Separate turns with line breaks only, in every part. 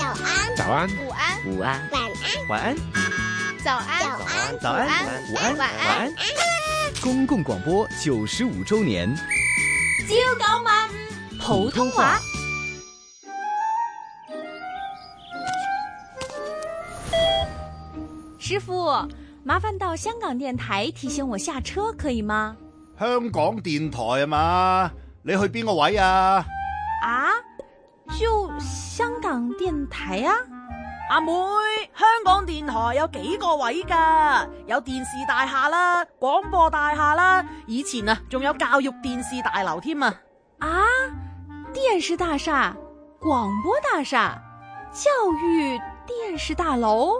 安，
午安，
午
晚
安，
安，
晚安，
早安，
早安
早安，午安，
晚安
晚安。公共广播九十五周年，
朝九晚五普通话。师傅，麻烦到香港电台提醒我下车可以吗？
香港電台啊嘛，你去邊個位啊？
啊，就香港电台啊？
阿妹，香港電台哦有幾個位㗎？有電視大廈啦，廣播大廈啦，以前啊仲有教育電視大樓添啊。
啊，电视大厦、广播大厦、教育电视大楼。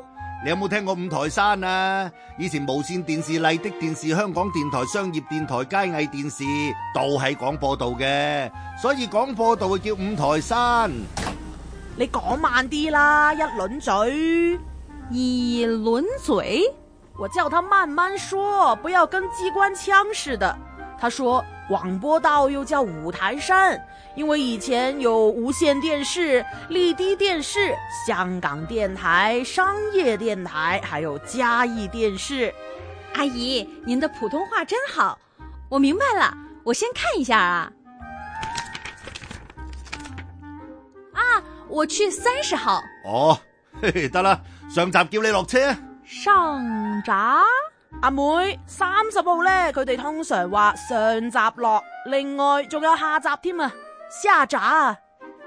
你有冇聽過五台山啊？以前無線電視、麗的電視、香港電台、商業電台、佳藝電視都喺廣播道嘅，所以廣播道會叫五台山。
你講慢啲啦，一輪嘴。
一轮嘴，
我叫他慢慢说，不要跟机关枪似的。他说广播道又叫五台山，因为以前有无线电视、丽的电视、香港电台、商业电台，还有嘉义电视。
阿姨，您的普通话真好，我明白了，我先看一下啊。啊，我去三十号
哦，嘿嘿得啦，上集叫你落車啊。
上闸
阿妹，三十號呢，佢哋通常話上集落，另外仲有下集添啊，下集啊。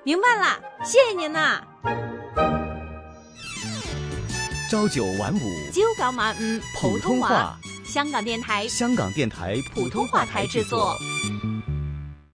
明白了，谢谢您呐、
朝九晚五，
朝九晚五
普通话，
香港电台
香港电台普通话台制作。